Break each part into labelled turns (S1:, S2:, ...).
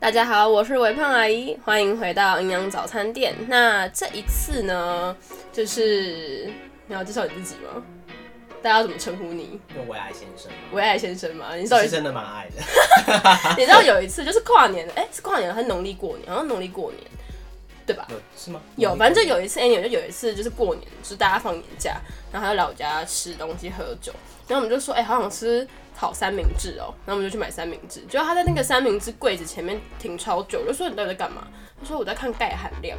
S1: 大家好，我是微胖阿姨，欢迎回到营养早餐店。那这一次呢，就是你要介绍你自己吗？大家要怎么称呼你？
S2: 用为爱先生吗，
S1: 维爱先生吗？你知道
S2: 是
S1: 有，
S2: 真的蛮爱 的。
S1: 你知道有一次就是跨年的，哎、是跨年还是农历过年？好像农历过年，对吧？
S2: 有是吗？
S1: 有，反正就有一次，anyway，就有一次就是过年，就是大家放年假，然后还有老家吃东西喝酒，然后我们就说，哎、好想吃烤三明治哦，然后我们就去买三明治，结果他在那个三明治柜子前面停超久，我就说你到底在干嘛？他说我在看钙含量，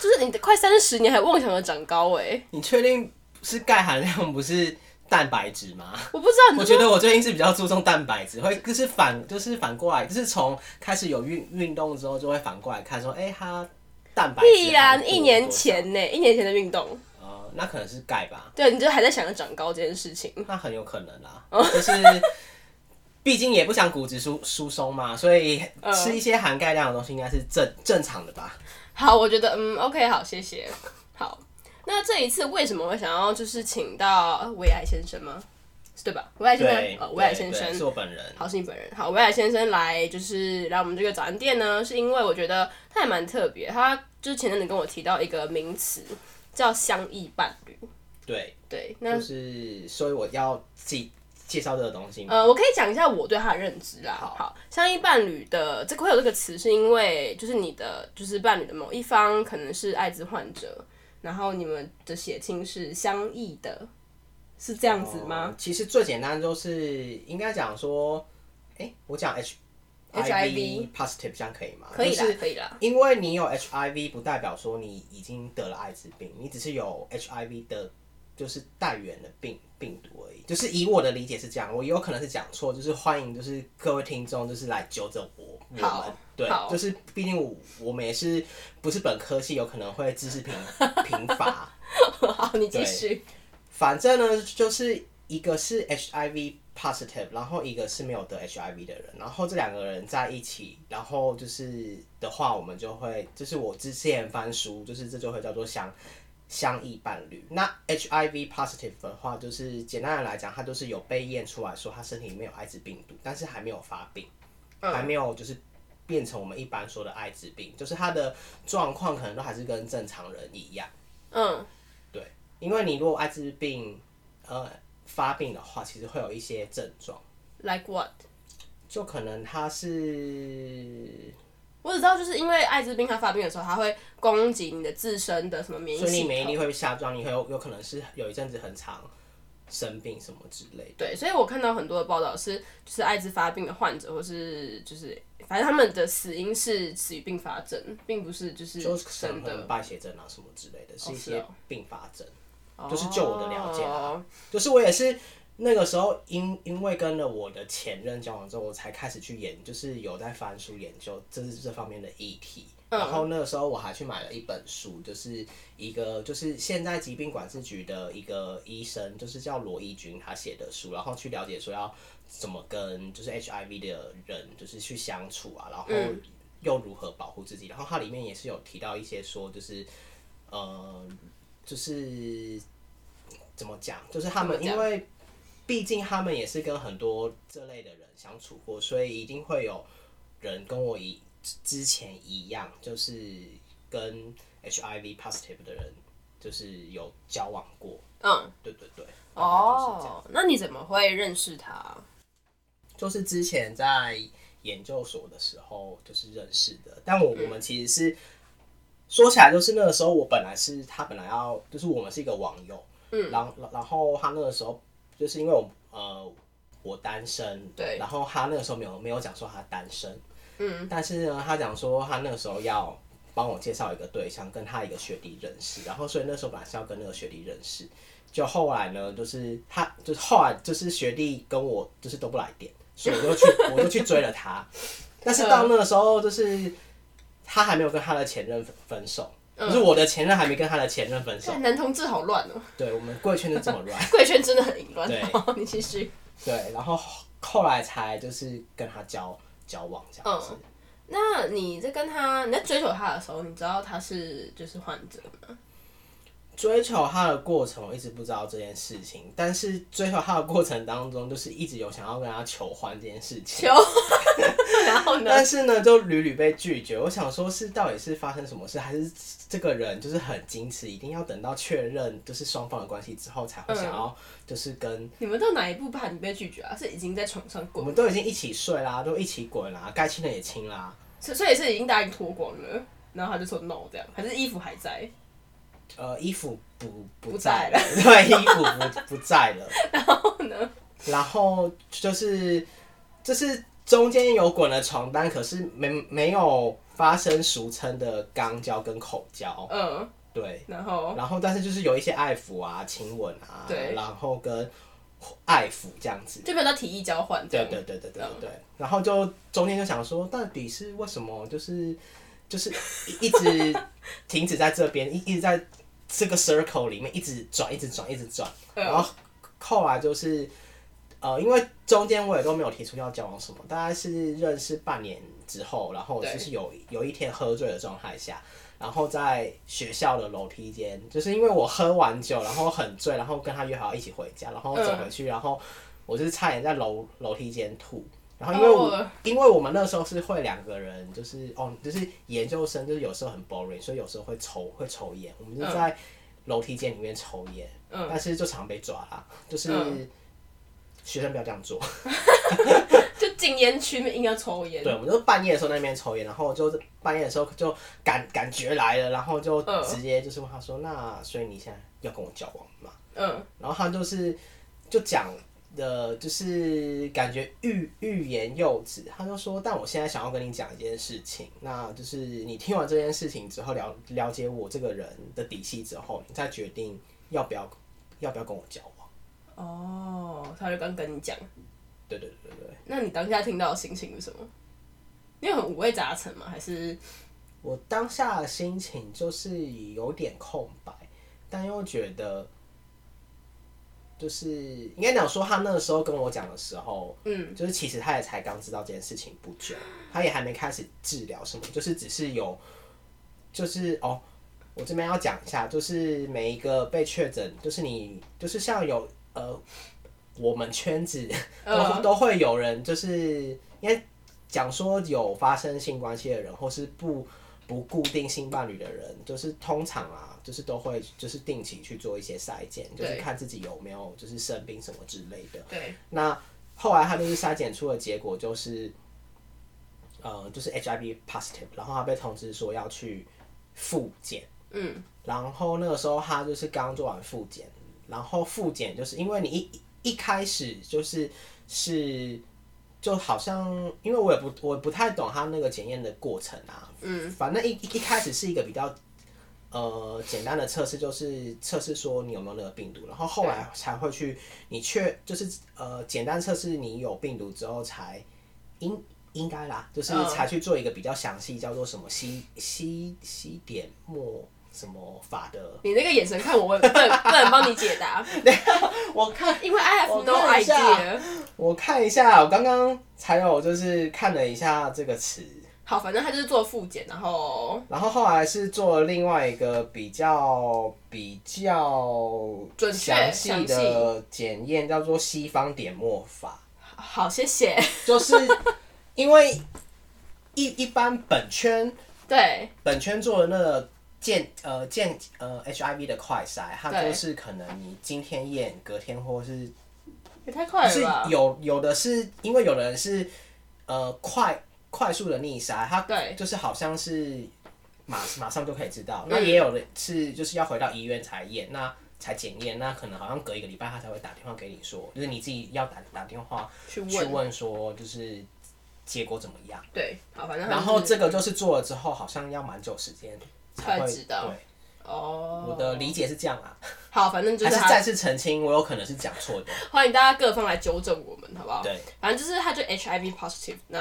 S1: 就是你快三十年还妄想着长高哎、
S2: 你确定是钙含量不是蛋白 质吗？
S1: 我不知道你
S2: 我
S1: 就
S2: 觉得我最近是比较注重蛋白质，会就是反就是反过来，就是从开始有运运动之后，就会反过来看说，哎、它蛋白质
S1: 屁啦，
S2: 含
S1: 你
S2: 多
S1: 一年前呢、一年前的运动，
S2: 多少哦，那可能是钙吧，
S1: 对，你就还在想着长高这件事情，
S2: 那很有可能啦，
S1: 哦
S2: 就是。毕竟也不想骨质疏疏松嘛，所以
S1: 嗯
S2: 吃一些含钙量的东西应该是正正常的吧。
S1: 好，我觉得嗯，OK，好，谢谢。好，那这一次为什么我想要就是请到呃维爱先生吗？是对吧？维爱先
S2: 对
S1: 生，，呃，维爱
S2: 对
S1: 先
S2: 对是
S1: 生，
S2: 我本人。
S1: 好，是你本人。好，维爱先生来就是来我们这个早餐店呢，是因为我觉得他还蛮特别。他就是前阵子跟我提到一个名词叫相异伴侣，
S2: 对，
S1: 对，那
S2: 就是所以我要自己介绍这个东西嘛。
S1: 呃，我可以讲一下我对他的认知啦。好，相依伴侣的这个会有这个词，是因为就是你的就是伴侣的某一方可能是艾滋患者，然后你们的血亲是相异的，是这样子吗？
S2: 哦其实最简单就是应该讲说，哎、我讲 H
S1: HIV
S2: positive 这样可以吗？
S1: 可以啦
S2: 就是，
S1: 哦可以啦。
S2: 因为你有 HIV，不代表说你已经得了艾滋病，你只是有 HIV 的，就是带源的病病毒而已。就是以我的理解是这样，我有可能是讲错，就是欢迎就是各位听众就是来纠正我我
S1: 好
S2: 们。对
S1: 好，
S2: 就是毕竟我我们也是不是本科系，有可能会 知识贫贫乏。
S1: 好，你继续。
S2: 反正呢，就是一个是 HIV positive，然后一个是没有得 HIV 的人，然后这两个人在一起，然后就是的话，我们就会，就是我之前翻书，就是这就会叫做相相异伴侣。那 HIV positive 的话，就是简单的来讲，它就是有被验出来说他身体里面有艾滋病毒，但是还没有发病，还没有就是。变成我们一般说的艾滋病，就是他的状况可能都还是跟正常人一样。
S1: 嗯，
S2: 对，因为你如果艾滋病呃发病的话，其实会有一些症状，
S1: like what？
S2: 就可能它
S1: 嗯
S2: 是，
S1: 我只知道，就是因为艾滋病它发病的时候，它会攻击你的自身的什么免疫
S2: 所以
S1: 系
S2: 你免疫
S1: 统。啊
S2: 力会下降，你会有有可能是有一阵子很长生病什么之类的。
S1: 对，所以我看到很多的报道是，就是艾滋发病的患者，或是就是反正他们的死因是死于并发症，并不是就是
S2: 就是可
S1: 嗯真
S2: 能
S1: 的。
S2: 败血症啊什么之类的，是一
S1: 是
S2: 些
S1: 哦
S2: 并发症。就是就我的了解
S1: 哦
S2: 啦，就是我也是那个时候因因为跟了我的前任交往之后，我才开始去研，就是有在翻书研究这是这方面的议题。然后那个时候我还去买了一本书，就是一个就是现在疾病管制局的一个医生，就是叫罗义军他写的书，然后去了解说要怎么跟就是 HIV 的人就是去相处啊，然后
S1: 嗯
S2: 又如何保护自己。然后它里面也是有提到一些说就是呃就是怎么讲，就是他们
S1: 怎么
S2: 因
S1: 讲
S2: 为毕竟他们也是跟很多这类的人相处过，所以一定会有人跟我一之前一样，就是跟 HIV positive 的人就是有交往过。
S1: 嗯，
S2: 对对对，大概就是这样
S1: 哦，那你怎么会认识他？
S2: 就是之前在研究所的时候就是认识的，
S1: 嗯
S2: 但我我们其实是、说起来，就是那个时候我本来是他本来要就是我们是一个网友，嗯，然后然后他那个时候就是因为我呃我单身，
S1: 对
S2: 然后他那个时候没有没有讲说他单身，
S1: 嗯，
S2: 但是呢，他讲说他那个时候要帮我介绍一个对象，跟他一个学弟认识，然后所以那时候本来是要跟那个学弟认识，就后来呢，就是他就是后来就是学弟跟我就是都不来电，所以我就去我就去追了他，但是到那个时候就是他还没有跟他的前任分分手，就是我的前任还没跟他的前任分手，
S1: 看男同志好乱哦，
S2: 对我们贵圈就这么乱，
S1: 贵圈真的很淫乱。
S2: 对
S1: 好，你继续。
S2: 对，然后后后来才就是跟他交交往这样子。
S1: 那你在跟他，你在追求他的时候，你知道他是就是患者吗？
S2: 追求他的过程，我一直不知道这件事情，但是追求他的过程当中，就是一直有想要跟他求欢这件事情，
S1: 求， 然 后呢？
S2: 但是呢，就屡屡被拒绝。我想说，是到底是发生什么事，还是这个人就是很矜持，一定要等到确认就是双方的关系之后，才会
S1: 嗯
S2: 想要就是跟、
S1: 你们到哪一步怕你被拒绝啊？是已经在床上
S2: 我
S1: 滚，
S2: 们都已经一起睡啦，都一起滚啦，该亲的也亲啦。
S1: 所所以是已经答应脱光了，然后他就说 no 这样，还是衣服还在，
S2: 呃，衣服不
S1: 不
S2: 不
S1: 在
S2: 在
S1: 了
S2: 了， 对，衣服不不在了。
S1: 然后呢？
S2: 然后就是就是中间有滚了床单，可是没没有发生俗称的肛交跟口交，
S1: 嗯，
S2: 对。
S1: 然后
S2: 然后但是就是有一些爱抚啊、亲吻啊，
S1: 对
S2: 然后跟爱抚这样子。
S1: 就没有到提议交换这
S2: 对
S1: 样。
S2: 对对对对
S1: 嗯
S2: 对。然后就中间就想说，到底是为什么就是就是一一直停止在这边，一一直在这个 circle 里面一直转，一直转，一直转。然
S1: 嗯，
S2: 后后来就是，呃，因为中间我也都没有提出要交往什么，大概是认识半年之后，然后
S1: 对
S2: 就是有有一天喝醉的状态下，然后在学校的楼梯间，就是因为我喝完酒，然后很醉，然后跟他约好一起回家，然后走回
S1: 嗯
S2: 去，然后我就是差点在楼楼梯间吐。然后因为我、
S1: 哦
S2: 因为我们那时候是会两个人，就是哦，就是研究生，就是有时候很 boring，所以有时候会抽会抽烟，我们就
S1: 嗯
S2: 在楼梯间里面抽烟。
S1: 嗯，
S2: 但是就常被抓啦， 就是、
S1: 嗯
S2: 学生不要这样做。
S1: 就禁烟区硬要抽烟。
S2: 对，我们就半夜的时候在那边抽烟，然后就是半夜的时候就感感觉来了，然后就
S1: 嗯
S2: 直接就是问他说：“那所以你现在要跟我交往 吗
S1: 嗯，？”
S2: 然后他就是就讲的，就是感觉欲欲言又止，他就说：“但我现在想要跟你讲一件事情，那就是你听完这件事情之后了了解我这个人的底细之后，你再决定要不要要不要跟我交往。
S1: 哦，他就刚跟你讲，”
S2: 对对对对对。
S1: 那你当下听到的心情是什么？你有很五味杂陈吗？还是
S2: 我当下的心情就是有点空白，但又觉得，就是应该讲说，他那个时候跟我讲的时候，
S1: 嗯，
S2: 就是其实他也才刚知道这件事情不久，他也还没开始治疗什么，就是只是有，就是哦，我这边要讲一下，就是每一个被确诊，就是你，就是像有呃，我们圈子都
S1: 呃
S2: 都会有人，就是因为讲说有发生性关系的人，或是不不固定性伴侣的人，就是通常啊，就是都会就是定期去做一些筛检，就
S1: 对
S2: 是看自己有没有就是生病什么之类的。
S1: 对
S2: 那后来他就是筛检出的结果就是，呃，就是 HIV positive，然后他被通知说要去复检。
S1: 嗯
S2: 然后那个时候他就是刚做完复检，然后复检就是因为你一一开始就是是就好像，因为我也不我不太懂他那个检验的过程啊，
S1: 嗯，
S2: 反正一一一开始是一个比较呃简单的测试，就是测试说你有没有那个病毒，然后后来才会去你确就是呃简单测试你有病毒之后才应应该啦，就是
S1: 嗯
S2: 才去做一个比较详细叫做什么西西西点墨什么法的，
S1: 你那个眼神看我，我不能不能帮你解答，
S2: 我看
S1: 因为 I have
S2: 我
S1: no
S2: 看一下
S1: idea。
S2: 我看一下，我刚刚才有就是看了一下这个词，
S1: 好，反正他就是做复检，然后
S2: 然后后来是做了另外一个比较比较
S1: 准确
S2: 详细的检验，叫做西方点墨法，
S1: 好，谢 谢。
S2: 就是因为一一般本圈
S1: 对，
S2: 本圈做的那个健呃健呃 HIV 的快筛，它
S1: 对
S2: 就是可能你今天验，隔天或是
S1: 也太快
S2: 是
S1: 了吧？
S2: 有有的是因为有的人是呃快快速的逆杀，他
S1: 对
S2: 就是好像是马马上就可以知道，
S1: 嗯
S2: 那也有的是就是要回到医院才验，那才检验，那可能好像隔一个礼拜他才会打电话给你说，就是你自己要打打电话
S1: 去
S2: 去
S1: 问，
S2: 问说就是结果怎么样，
S1: 对，好，反正他
S2: 然后
S1: 就是
S2: 这个就是做了之后好像要蛮久时间才
S1: 才
S2: 会
S1: 知道
S2: 对，
S1: 哦，
S2: 我的理解是这样啊，
S1: 好，反正就
S2: 还
S1: 是
S2: 是
S1: 他
S2: 再次澄清，我有可能是讲错的，
S1: 欢迎大家各方来纠正我们，好不好？
S2: 对，
S1: 反正就是他就 HIV positive，那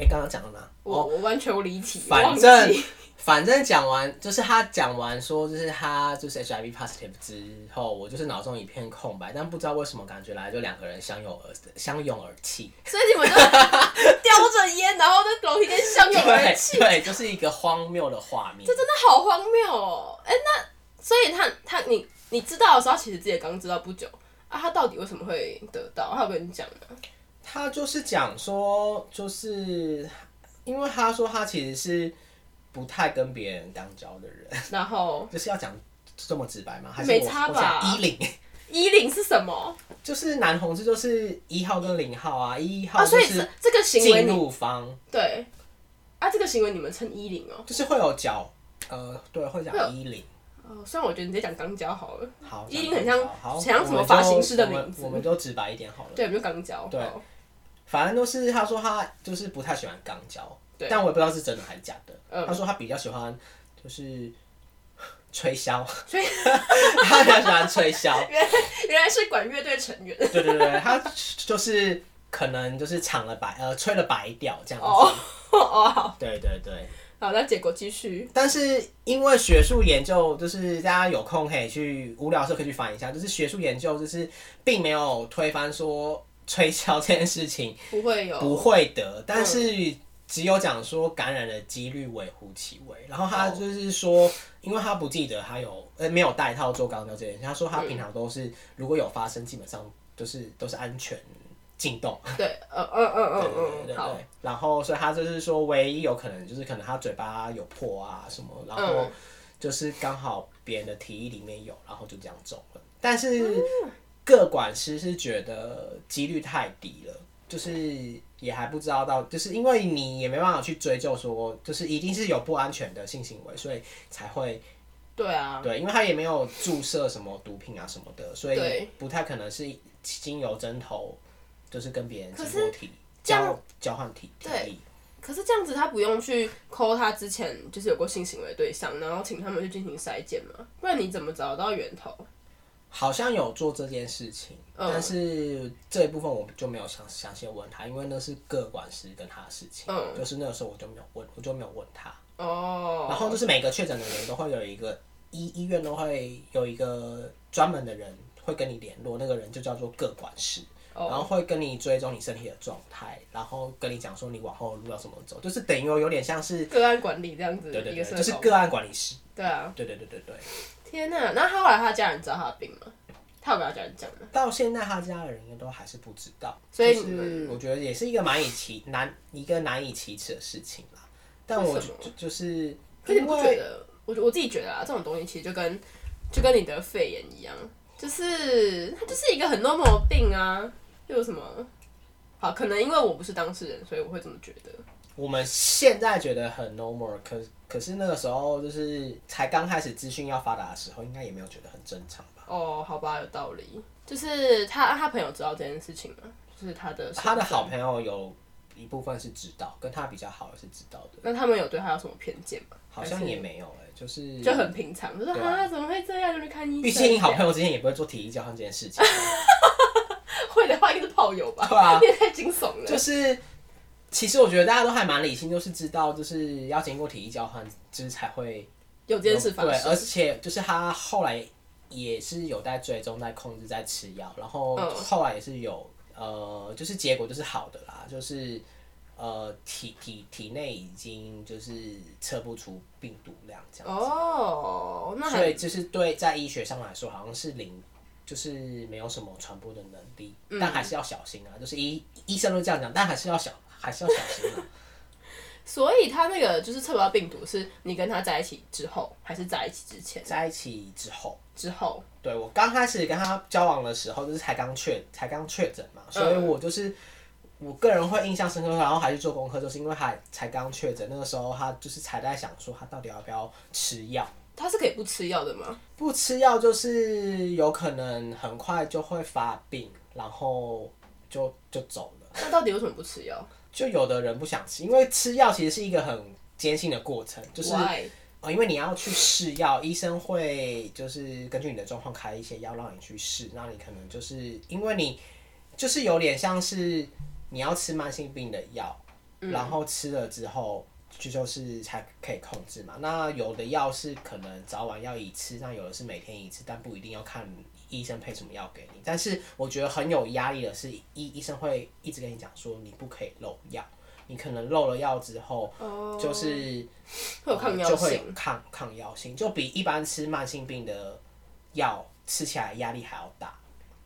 S2: 哎，刚刚讲到哪？
S1: 我、我完全离题，
S2: 反
S1: 忘记
S2: 正反正讲完，就是他讲完说，就是他就是 HIV positive 之后，我就是脑中一片空白，但不知道为什么感觉来就两个人相拥而相拥而泣，
S1: 所以你 们就叼着烟，然后在楼梯间相拥而泣，
S2: 对，对，就是一个荒谬的画面
S1: 这。真的好荒谬哦！哎、那所以他他你你知道的时候，其实自己也刚知道不久啊，他到底为什么会得到？他有跟你讲啊吗？
S2: 他就是讲说，就是因为他说他其实是不太跟别人当交的人，
S1: 然后
S2: 就是要讲这么直白吗？还是
S1: 没
S2: 我
S1: 差
S2: 我
S1: 吧
S2: 讲一零，
S1: 衣领是什么
S2: 哦就是男同志就是一号跟零号啊，一号
S1: 啊？
S2: 就
S1: 所以
S2: 是
S1: 这这个行为
S2: 进
S1: 你
S2: 入方，
S1: 对啊，这个行为你们称衣领哦。
S2: 就是会有脚，呃，对，会
S1: 会有
S2: 讲一零。
S1: 哦，虽然我觉得你直接讲肛交好了，
S2: 好，
S1: 一
S2: 讲
S1: 零
S2: 得
S1: 很像
S2: 好好
S1: 像
S2: 我
S1: 什么
S2: 们
S1: 发
S2: 就
S1: 型师的
S2: 我们
S1: 名字
S2: 我们就直白一点好了。
S1: 对，我们就肛交。
S2: 对
S1: 好
S2: 反正都是他说他就是不太喜欢肛交，
S1: 对
S2: 但我也不知道是真的还是假的。
S1: 嗯
S2: 他说他比较喜欢就是 吹箫，
S1: 所以
S2: 他比较喜欢 吹箫。
S1: 原来是管乐队成员。
S2: 对对对，他就是可能就是唱了白呃吹了白调这样子。
S1: 哦哦，好，
S2: 对对对，
S1: 好，那结果继续。
S2: 但是因为学术研究，就是大家有空可以去无聊的时候可以去翻一下，就是学术研究就是并没有推翻说吹箫这件事 情
S1: 不会有
S2: 不会得，但是只有讲说感染的几率微乎其微。然后他
S1: 哦
S2: 就是说，因为他不记得他有呃没有戴套做肛交这件事，他说他平常都是、如果有发生，基本上就是都是安全进洞。
S1: 对，嗯嗯嗯嗯
S2: 对对对
S1: 嗯
S2: 对
S1: 嗯，
S2: 对
S1: 好，。
S2: 然后所以他就是说，唯一有可能就是可能他嘴巴有破啊什么，然后
S1: 嗯
S2: 就是刚好别人的提议里面有，然后就这样中了。但是
S1: 嗯
S2: 各管师是觉得几率太低了。就是也还不知道到，就是因为你也没办法去追究说，就是一定是有不安全的性行为，所以才会
S1: 对啊，
S2: 对，因为他也没有注射什么毒品啊什么的，所以
S1: 对
S2: 不太可能是精油针头，就是跟别人
S1: 可
S2: 经
S1: 是
S2: 过体
S1: 这样
S2: 交交换体体
S1: 对
S2: 力。
S1: 可是这样子，他不用去抠他之前就是有过性行为的对象，然后请他们去进行筛检嘛？不然你怎么找到源头？
S2: 好像有做这件事情，
S1: 嗯
S2: 但是这一部分我就没有详详细地问他，因为那是各管师跟他的事情，
S1: 嗯
S2: 就是那个时候我就没有问，我就没有问他。
S1: 哦，
S2: 然后就是每个确诊的人都会有一个医医院都会有一个专门的人会跟你联络，那个人就叫做各管师。然后
S1: 哦，
S2: 会跟你追踪你身体的状态，然后跟你讲说你往后路要怎么走，就是等于有点像是
S1: 个案管理这样子
S2: 对对
S1: 一个
S2: 对，
S1: 社
S2: 就是
S1: 工，
S2: 个案管理师，
S1: 对啊，
S2: 对对对对对。
S1: 天呐、那他后来他家人知道他的病吗？他有跟他家人讲吗？
S2: 到现在他家的人应该都还是不知道，
S1: 所以嗯
S2: 就
S1: 你
S2: 是
S1: 们
S2: 我觉得也是一个难以启难一个难以启齿的事情啦。但
S1: 为
S2: 我
S1: 什
S2: 就
S1: 么
S2: 就就是
S1: 可是你
S2: 因
S1: 不觉
S2: 为
S1: 得？我我自己觉得啊，这种东西其实就跟就跟你得肺炎一样，就是它就是一个很 normal 的病啊，又有什么？好，可能因为我不是当事人，所以我会这么觉得。
S2: 我们现在觉得很 normal，可可是那个时候就是才刚开始资讯要发达的时候，应该也没有觉得很正常吧。
S1: 哦，好吧，有道理。就是他他朋友知道这件事情吗？就是他的
S2: 他的
S1: 身份
S2: 好，朋友有一部分是知道，跟他比较好的是知道的。
S1: 那他们有对他有什么偏见吗？
S2: 好像
S1: 还是
S2: 也没有哎、就是
S1: 就很平常，就是
S2: 对啊
S1: 啊，怎么会这样？就去看医生。
S2: 毕竟好朋友之间也不会做体力交换这件事情，
S1: 会的话应该是炮友吧？
S2: 对啊
S1: 你也太惊悚了。
S2: 就是其实我觉得大家都还蛮理性，就是知道就是要经过体力交换，就是才会
S1: 有这件事发
S2: 对，
S1: 生，
S2: 而且就是他后来也是有在追踪、在控制、在吃药，然后
S1: 嗯
S2: 后来也是有呃，就是结果就是好的啦，就是。呃，体体体内已经就是测不出病毒量这样子，
S1: 哦，那
S2: 所以
S1: 还
S2: 就是对在医学上来说，好像是零，就是没有什么传播的能力，
S1: 嗯
S2: 但还是要小心啊。就是医医生都这样讲，但还是要小，还是要小心啊。
S1: 所以他那个就是测不到病毒，是你跟他在一起之后，还是在一起之前？
S2: 在一起之后，
S1: 之后
S2: 对我刚开始跟他交往的时候，就是才刚确才刚确诊嘛，所以我就是。我个人会印象深刻，然后还去做功课，就是因为还才刚确诊，那个时候他就是才在想说他到底要不要吃药，
S1: 他是可以不吃药的吗？
S2: 不吃药就是有可能很快就会发病，然后就就走了。
S1: 那到底为什么不吃药
S2: 就有的人不想吃，因为吃药其实是一个很艰辛的过程，就是
S1: ？Why？
S2: 哦，因为你要去试药，医生会就是根据你的状况开一些药让你去试，那你可能就是因为你就是有点像是你要吃慢性病的药，然后吃了之后就就是才可以控制嘛。那有的药是可能早晚要一次，那有的是每天一次，但不一定要看医生配什么药给你。但是我觉得很有压力的是，医医生会一直跟你讲说你不可以漏药，你可能漏了药之后，
S1: 哦，
S2: 就是
S1: 会有抗药
S2: 就呃会有
S1: 性，
S2: 抗抗药性，就比一般吃慢性病的药吃起来压力还要大。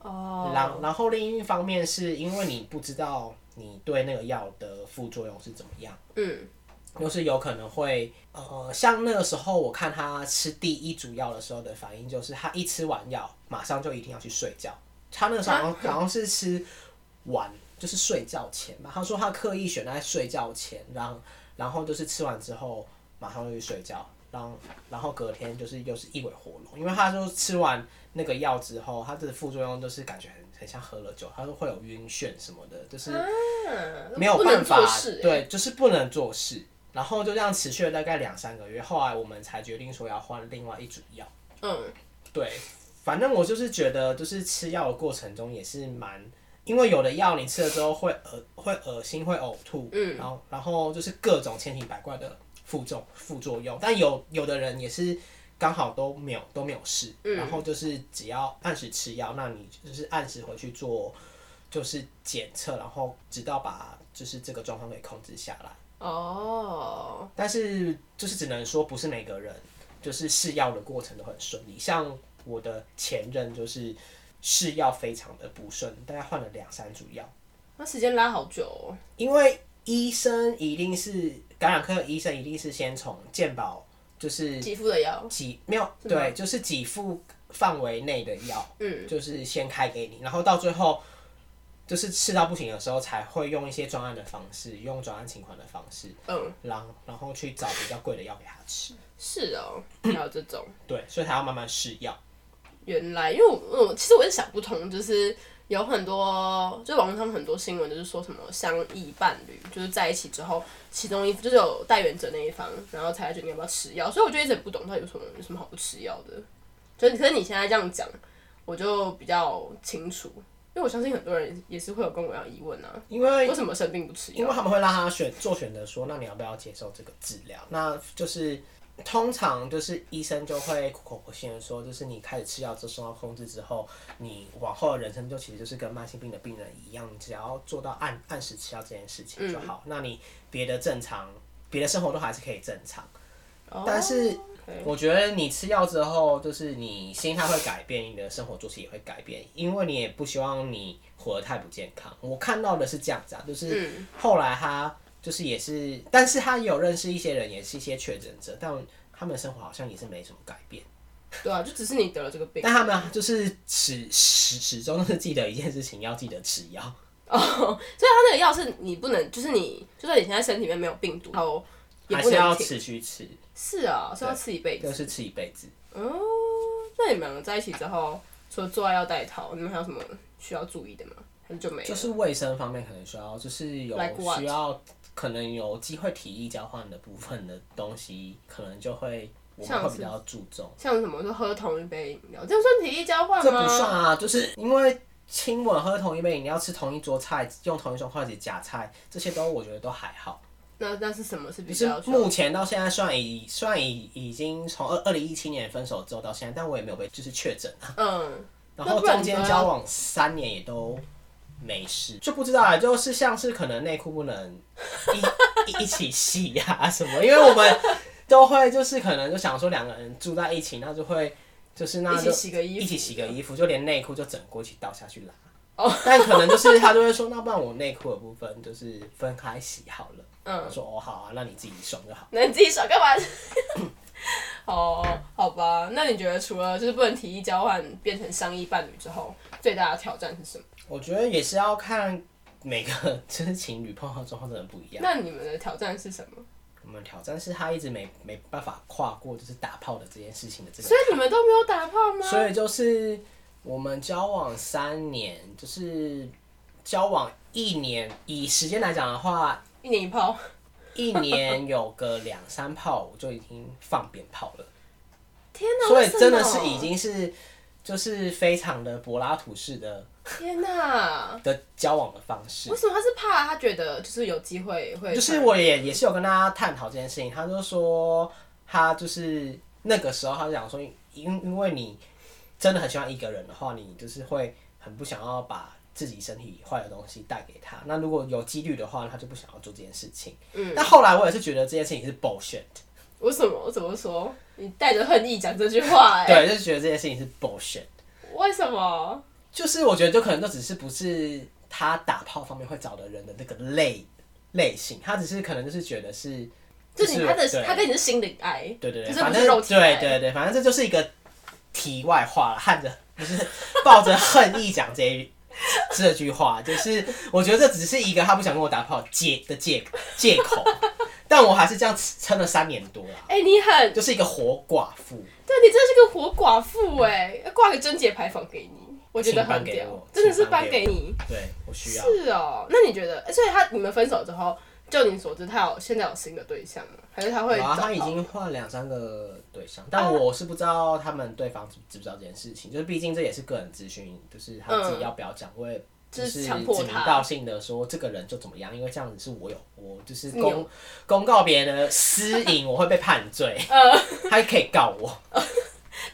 S2: 然、
S1: 哦，
S2: 然后另一方面是因为你不知道你对那个药的副作用是怎么样。
S1: 嗯，
S2: 就是有可能会，呃，像那个时候我看他吃第一组药的时候的反应，就是他一吃完药，马上就一定要去睡觉。他那个时候好像
S1: 啊
S2: 好像是吃晚，就是睡觉前吧。他说他刻意选在睡觉前，然后然后就是吃完之后马上就去睡觉，然后然后隔天就是又是一尾活龙，因为他就吃完那个药之后，他的副作用就是感觉很很像喝了酒，他说会有晕眩什么的，就是
S1: 嗯
S2: 没有
S1: 不能
S2: 办法
S1: 做事，欸
S2: 对，就是不能做事。然后就这样持续了大概两三个月，后来我们才决定说要换另外一组药。
S1: 嗯，
S2: 对，反正我就是觉得，就是吃药的过程中也是蛮，因为有的药你吃了之后会恶会恶心、会呕吐，嗯，然后然后就是各种千奇百怪的副重副作用，但有有的人也是刚好都没有都没有事，
S1: 嗯
S2: 然后就是只要按时吃药，那你就是按时回去做。就是检测，然后直到把就是这个状况给控制下来。
S1: 哦，
S2: 但是就是只能说不是每个人就是试药的过程都很顺利，像我的前任就是试药非常的不顺，大概换了两三组药，
S1: 那时间拉好久、哦，
S2: 因为医生一定是感染科的医生一定是先从健保就是
S1: 给付的药，
S2: 几没有
S1: 是吗
S2: 对，就是几副范围内的药，
S1: 嗯，
S2: 就是先开给你，然后到最后就是吃到不行的时候，才会用一些专案的方式，用专案请款的方式，
S1: 嗯，
S2: 然然后去找比较贵的药给他吃。
S1: 是哦，还有这种。
S2: 对，所以他要慢慢试药。
S1: 原来，因为我我其实我也想不通，就是有很多，就网络上很多新闻，就是说什么相异伴侣，就是在一起之后，其中一就是有代原者那一方，然后才决定要不要吃药，所以我就一直不懂到底有什么有什么好不吃药的。就是可是你现在这样讲，我就比较清楚，因为我相信很多人也是会有跟我一样疑问啊，
S2: 因为
S1: 为什么生病不吃
S2: 因为
S1: 药？
S2: 他们会让他选做选择，说那你要不要接受这个治疗？那就是通常就是医生就会苦口婆心的说，就是你开始吃药之后受到控制之后，你往后的人生就其实就是跟慢性病的病人一样，你只要做到按按时吃药这件事情就好。那你别的正常，别的生活都还是可以正常。
S1: 哦
S2: 但是
S1: OK
S2: 我觉得你吃药之后，就是你心态会改变，你的生活作息也会改变，因为你也不希望你活得太不健康。我看到的是这样子啊，就是
S1: 嗯
S2: 后来他就是也是，但是他也有认识一些人，也是一些确诊者，但他们的生活好像也是没什么改变。
S1: 对啊，就只是你得了这个病，
S2: 但他们就是始始始终都是记得一件事情，要记得吃药。
S1: 哦，所以他那个药是你不能，就是你，就算你现在身体里面没有病毒，然后也
S2: 还
S1: 不
S2: 是
S1: 能
S2: 要
S1: 停。
S2: 持续吃，
S1: 是啊，是要吃一辈子。
S2: 就是吃一辈子。
S1: 哦，那你们两个在一起之后，除了做爱要戴套，你们还有什么需要注意的吗？很久没有。
S2: 就是卫生方面可能需要，就是有
S1: Like what？
S2: 需要可能有机会体力交换的部分的东西，可能就会我们
S1: 像
S2: 会
S1: 是
S2: 比较注重。
S1: 像什么，就喝同一杯饮料，这样算体力交换
S2: 这
S1: 吗？
S2: 不算啊，就是因为亲吻、喝同一杯饮料、吃同一桌菜、用同一双筷子夹菜，这些都我觉得都还好。
S1: 那那是什么是比
S2: 就是
S1: 较需要？
S2: 目前到现在算已算已已经从二二零一七年分手之后到现在，但我也没有被就是确诊啊。
S1: 嗯，
S2: 然后
S1: 那不然
S2: 中间
S1: 你都要
S2: 交往三年也都没事，就不知道啊，就是像是可能内裤不能一一一起洗呀、什么，因为我们都会就是可能就想说两个人住在一起，那就会就是那
S1: 一
S2: 就
S1: 起洗个衣服，
S2: 一起洗个衣服，就连内裤就整锅一起倒下去拉。
S1: 哦
S2: 但可能就是他就会说，那不然我内裤的部分就是分开洗好了。我
S1: 嗯，
S2: 说哦好啊，那你自己爽就好。
S1: 那你自己爽干嘛？哦，好吧，那你觉得除了就是不能体力交换变成相依伴侣之后，最大的挑战是什么？
S2: 我觉得也是要看每个 就是情侣碰到的状况真的不一样。
S1: 那你们的挑战是什么？
S2: 我们挑战是他一直没没办法跨过，就是打炮的这件事情的这个
S1: 所，以你们都没有打炮吗？
S2: 所以就是我们交往三年，就是交往一年，以时间来讲的话，
S1: 一年一炮，
S2: 一 年有个两三炮，我就已经放鞭炮了，
S1: 天哪！
S2: 所
S1: 为
S2: 以
S1: 什么
S2: 真的是已经是就是非常的柏拉图式的
S1: 天哪！
S2: 的交往的方式
S1: 为。什么他是怕他觉得就是有机会会
S2: 就是我也也是有跟他探讨这件事情，他就说他就是那个时候他就讲说，因因为你真的很喜欢一个人的话，你就是会很不想要把自己身体坏的东西带给他。那如果有几率的话，他就不想要做这件事情。嗯，但后来我也是觉得这件事情是 bullshit，
S1: 为什么？怎么说？你带着恨意讲这句话、哎，
S2: 对，就是觉得这件事情是 bullshit。
S1: 为什么？
S2: 就是我觉得就可能就只是不是他打炮方面会找的人的那个类类型，他只是可能就是觉得是，
S1: 就是你他的
S2: 对
S1: 他跟你是心灵癌，
S2: 对对对，
S1: 就是
S2: 反
S1: 不
S2: 正
S1: 是肉体癌
S2: 对对对，反正这就是一个题外话了，汉着不是抱着恨意讲这一这句话，就是我觉得这只是一个他不想跟我打炮借的借借口，但我还是这样撑了三年多啦，
S1: 哎、你很
S2: 就是一个活寡妇。
S1: 对你真的是个活寡妇哎、要挂个贞节牌坊给你，我觉得
S2: 请颁
S1: 很
S2: 给
S1: 屌
S2: 我，
S1: 真的是
S2: 请颁
S1: 颁
S2: 给
S1: 给你。
S2: 对我需要，
S1: 是哦，那你觉得？欸所以他你们分手之后，就你所知，他有现在有新的对象吗？还是他会
S2: 有
S1: 找
S2: 啊，
S1: 到？嗯
S2: 他已经换两三个对象，但我是不知道他们对方知知不知道这件事情，就是毕竟这也是个人咨询，就是他自己要不要讲，我也
S1: 嗯就
S2: 就是是指
S1: 强迫
S2: 名
S1: 他
S2: 道姓的说这个人就怎么样，因为这样子是我有我就是
S1: 你有
S2: 公公告别人的私隐，我会被判 罪，
S1: 呃，
S2: 他可以告我。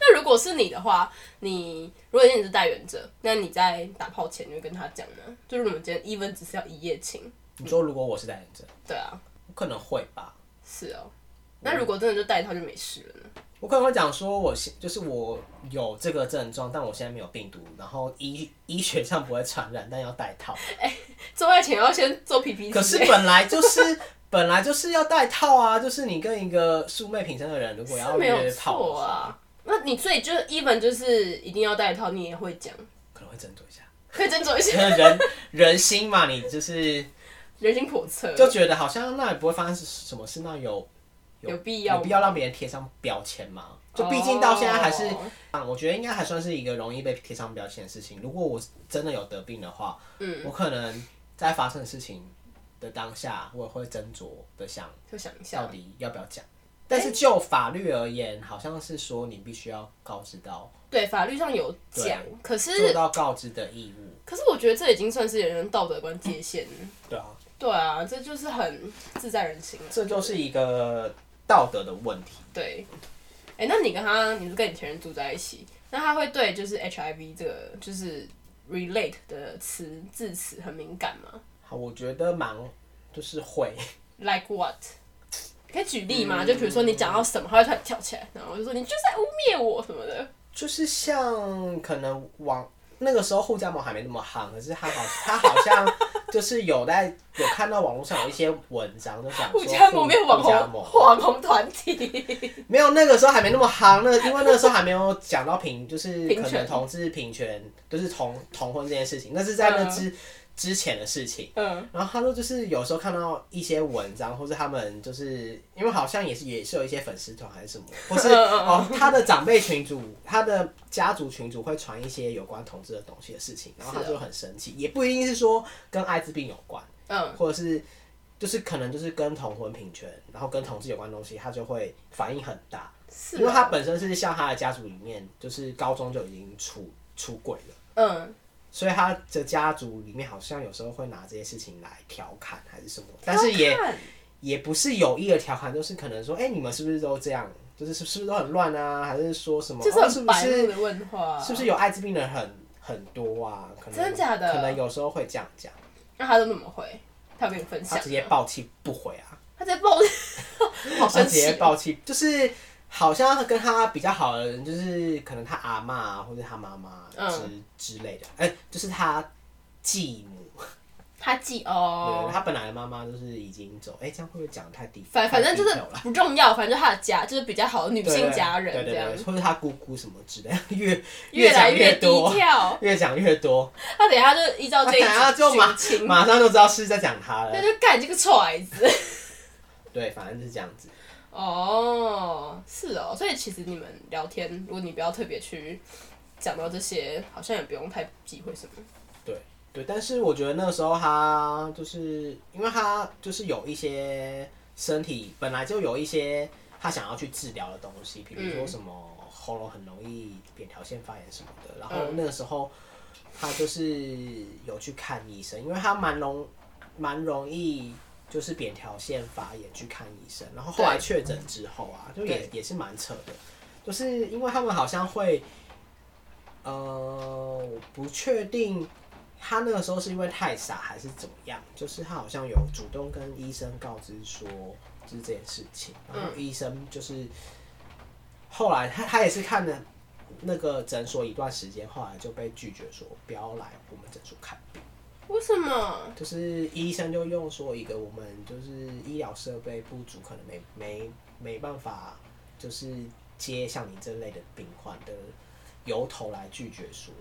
S1: 那如果是你的话，你如果你是代言者，那你在打炮前就跟他讲呢？就是我们今天 even 只是要一夜情，
S2: 你说如果我是代言者，
S1: 对啊，
S2: 我可能会吧，
S1: 是哦。那如果真的就带套就没事了呢？
S2: 我可能会讲说我现就是我有这个症状，但我现在没有病毒，然后医 医学上不会传染，但要戴套。
S1: 做爱前要先做 PPT，
S2: 可是本来就是本来就是要戴套啊，就是你跟一个素昧平生的人，如果
S1: 是
S2: 要
S1: 没有
S2: 约炮的
S1: 错
S2: 话，
S1: 啊。那你所以就是 even 就是一定要带套，你也会讲，
S2: 可能会斟酌一下。
S1: 可以斟酌一
S2: 因
S1: 下，
S2: 为人人心嘛，你就是
S1: 人心叵测，
S2: 就觉得好像那也不会发生什么事，那有
S1: 有必要
S2: 有必要让别人贴上标签吗？就毕竟到现在还是
S1: 哦
S2: 啊，我觉得应该还算是一个容易被贴上标签的事情。如果我真的有得病的话，嗯，我可能在发生的事情的当下，我也会斟酌的想
S1: 就想一下
S2: 到。底要不要讲。但是就法律而言，好像是说你必须要告知到
S1: 对，法律上有讲，可
S2: 做
S1: 是
S2: 到告知的义务。
S1: 可是我觉得这已经算是有人道德观界限。
S2: 对啊，
S1: 对啊，这就是很自在人心了。
S2: 这就是一个道德的问题。
S1: 对。哎、那你跟他，你是跟你前任住在一起，那他会对就是 HIV 这个就是 relate 的词字词很敏感吗
S2: 好，我觉得蛮就是会，
S1: ？Like what？可以举例
S2: 嗯
S1: 吗？就比如说你讲到什么，他会突然跳起来，然后我就说你就是在污蔑我什么 的。
S2: 就是像可能网那个时候互加盟还没那么夯，可是他好他好像就是有在有看到网络上有一些文章，就想说
S1: 互加盟没有网
S2: 互加
S1: 红
S2: 盟
S1: 网红团 体，
S2: 没有，那个时候还没那么夯，那因为那个时候还没有讲到平， 就是
S1: 平权
S2: 可能同志平权，就是同同婚这件事情，那是在那之、之前的事情。
S1: 嗯，
S2: 然后他说，就是有时候看到一些文章，或是他们就是因为好像也是也是有一些粉丝团还是 什么，或是
S1: 嗯嗯嗯
S2: 哦他的长辈群主、他的家族群主会传一些有关同志的东西的事情，然后他
S1: 是哦
S2: 就很生气，也不一定是说跟艾滋病有关，
S1: 嗯，
S2: 或者是就是可能就是跟同婚平权，然后跟同志有关的东西，他就会反应很大，
S1: 是
S2: 因为
S1: 啊，
S2: 他本身是像他的家族里面，就是高中就已经出出轨了，
S1: 嗯。
S2: 所以他的家族里面好像有时候会拿这些事情来调侃还是什么，但是也
S1: 要 看
S2: 也不是有意的调侃，就是可能说，哎、你们是不是都这样？就是是是不是都很乱啊？还是说什么？
S1: 就是
S2: 哦是
S1: 很
S2: 不
S1: 白
S2: 是
S1: 目的问话，
S2: 是不是有艾滋病的人很很多啊？可能
S1: 真的假的
S2: 可能有时候会这样讲，
S1: 那他都怎么回？他有跟你分享
S2: 他
S1: 吗？
S2: 直接爆气不回啊。
S1: 他直接爆， 好
S2: 他
S1: 生
S2: 直
S1: 气
S2: 接
S1: 哦。
S2: 爆气，就是好像跟他比较好的人，就是可能他阿嬷啊或者他妈妈之、
S1: 嗯
S2: 之类的，哎、就是他继母，
S1: 他记
S2: 对，
S1: 哦，
S2: 他本来的妈妈就是已经走，哎、这样会不会讲得太低？
S1: 反反正就是
S2: 太低调了
S1: 不重要，反正就他的家就是比较好的女
S2: 对
S1: 性家人
S2: 对
S1: 这
S2: 对
S1: 样
S2: 对，，或者他姑姑什么之类的，越
S1: 越来越
S2: 讲越
S1: 低
S2: 多，
S1: 调。
S2: 越讲越多，
S1: 他等一下就依照
S2: 他
S1: 这
S2: 等
S1: 一
S2: 下就
S1: 集
S2: 马
S1: 剧情，
S2: 马上就知道是在讲他
S1: 他
S2: 了，
S1: 就干你这个臭孩子。
S2: 对，反正就是这样子。
S1: 哦，是哦，所以其实你们聊天，如果你不要特别去讲到这些，好像也不用太忌讳什么。
S2: 对，但是我觉得那个时候他就是因为他就是有一些身体本来就有一些他想要去治疗的东西，比如说什么喉咙很容易扁桃腺发炎什么的。然后那个时候他就是有去看医生，因为他蛮容蛮容易就是扁桃腺发炎去看医生。然后后来确诊之后啊，就也也是蛮扯的，就是因为他们好像会呃，我不确定。他那个时候是因为太傻还是怎么样，就是他好像有主动跟医生告知说就是这件事情，然后医生就是后来他他也是看了那个诊所一段时间，后来就被拒绝说不要来我们诊所看。
S1: 为什么？
S2: 就是医生就用说一个我们就是医疗设备不足，可能没没没办法，就是接像你这类的病患的由头来拒绝说，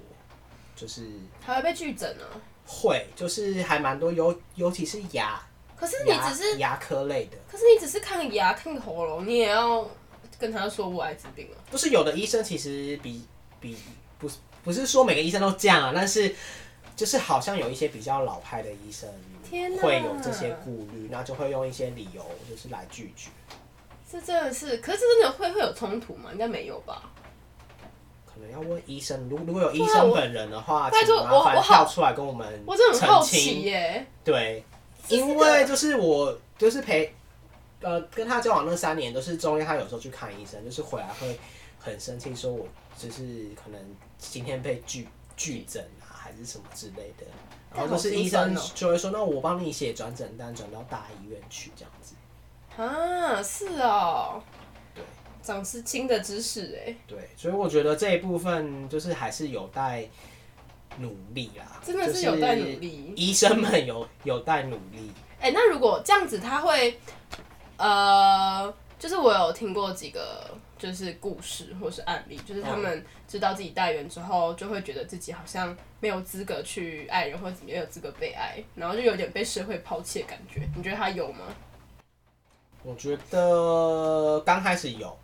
S2: 就是
S1: 还会被拒诊啊呢、
S2: 会，就是还蛮多，尤尤其是牙
S1: 可是你
S2: 牙
S1: 只是，
S2: 牙科类的，
S1: 可是你只是看个牙、看个喉咙，你也要跟他说我艾滋病啊？
S2: 不是有的医生其实比比不是不是说每个医生都这样啊，但是就是好像有一些比较老派的医生
S1: 天哪
S2: 会有这些顾虑，那就会用一些理由就是来拒绝。
S1: 这真的是，可是真的会会有冲突吗？应该没有吧？
S2: 可能要问医生，如如果有医
S1: 对啊
S2: 生
S1: 我
S2: 本人的话，
S1: 拜
S2: 请
S1: 托
S2: 麻
S1: 我我
S2: 烦
S1: 好
S2: 跳出来跟我们
S1: 我真的很
S2: 澄
S1: 好奇
S2: 清。
S1: 耶、
S2: 对，
S1: 这是
S2: 因
S1: 个
S2: 为就是我就是陪呃跟他交往那三年，都是中间他有时候去看医生，就是回来会很生气，说我就是可能今天被拒拒诊啊，还是什么之类的。然后就是医
S1: 但
S2: 生
S1: 好心酸哦
S2: 就会说，那我帮你写转诊单，转到大医院去这样子。
S1: 啊，是哦，
S2: 对
S1: 长是新的知识哎，
S2: 对，所以我觉得这一部分就是还是有待努力啦，
S1: 真的是有待努力。
S2: 医生们有有待努力，
S1: 哎、那如果这样子，他会，呃，就是我有听过几个就是故事或是案例，就是
S2: 嗯
S1: 他们知道自己代孕之后，就会觉得自己好像没有资格去爱人，或者没有资格被爱，然后就有点被社会抛弃的感觉。你觉得他有吗？
S2: 我觉得刚开始有，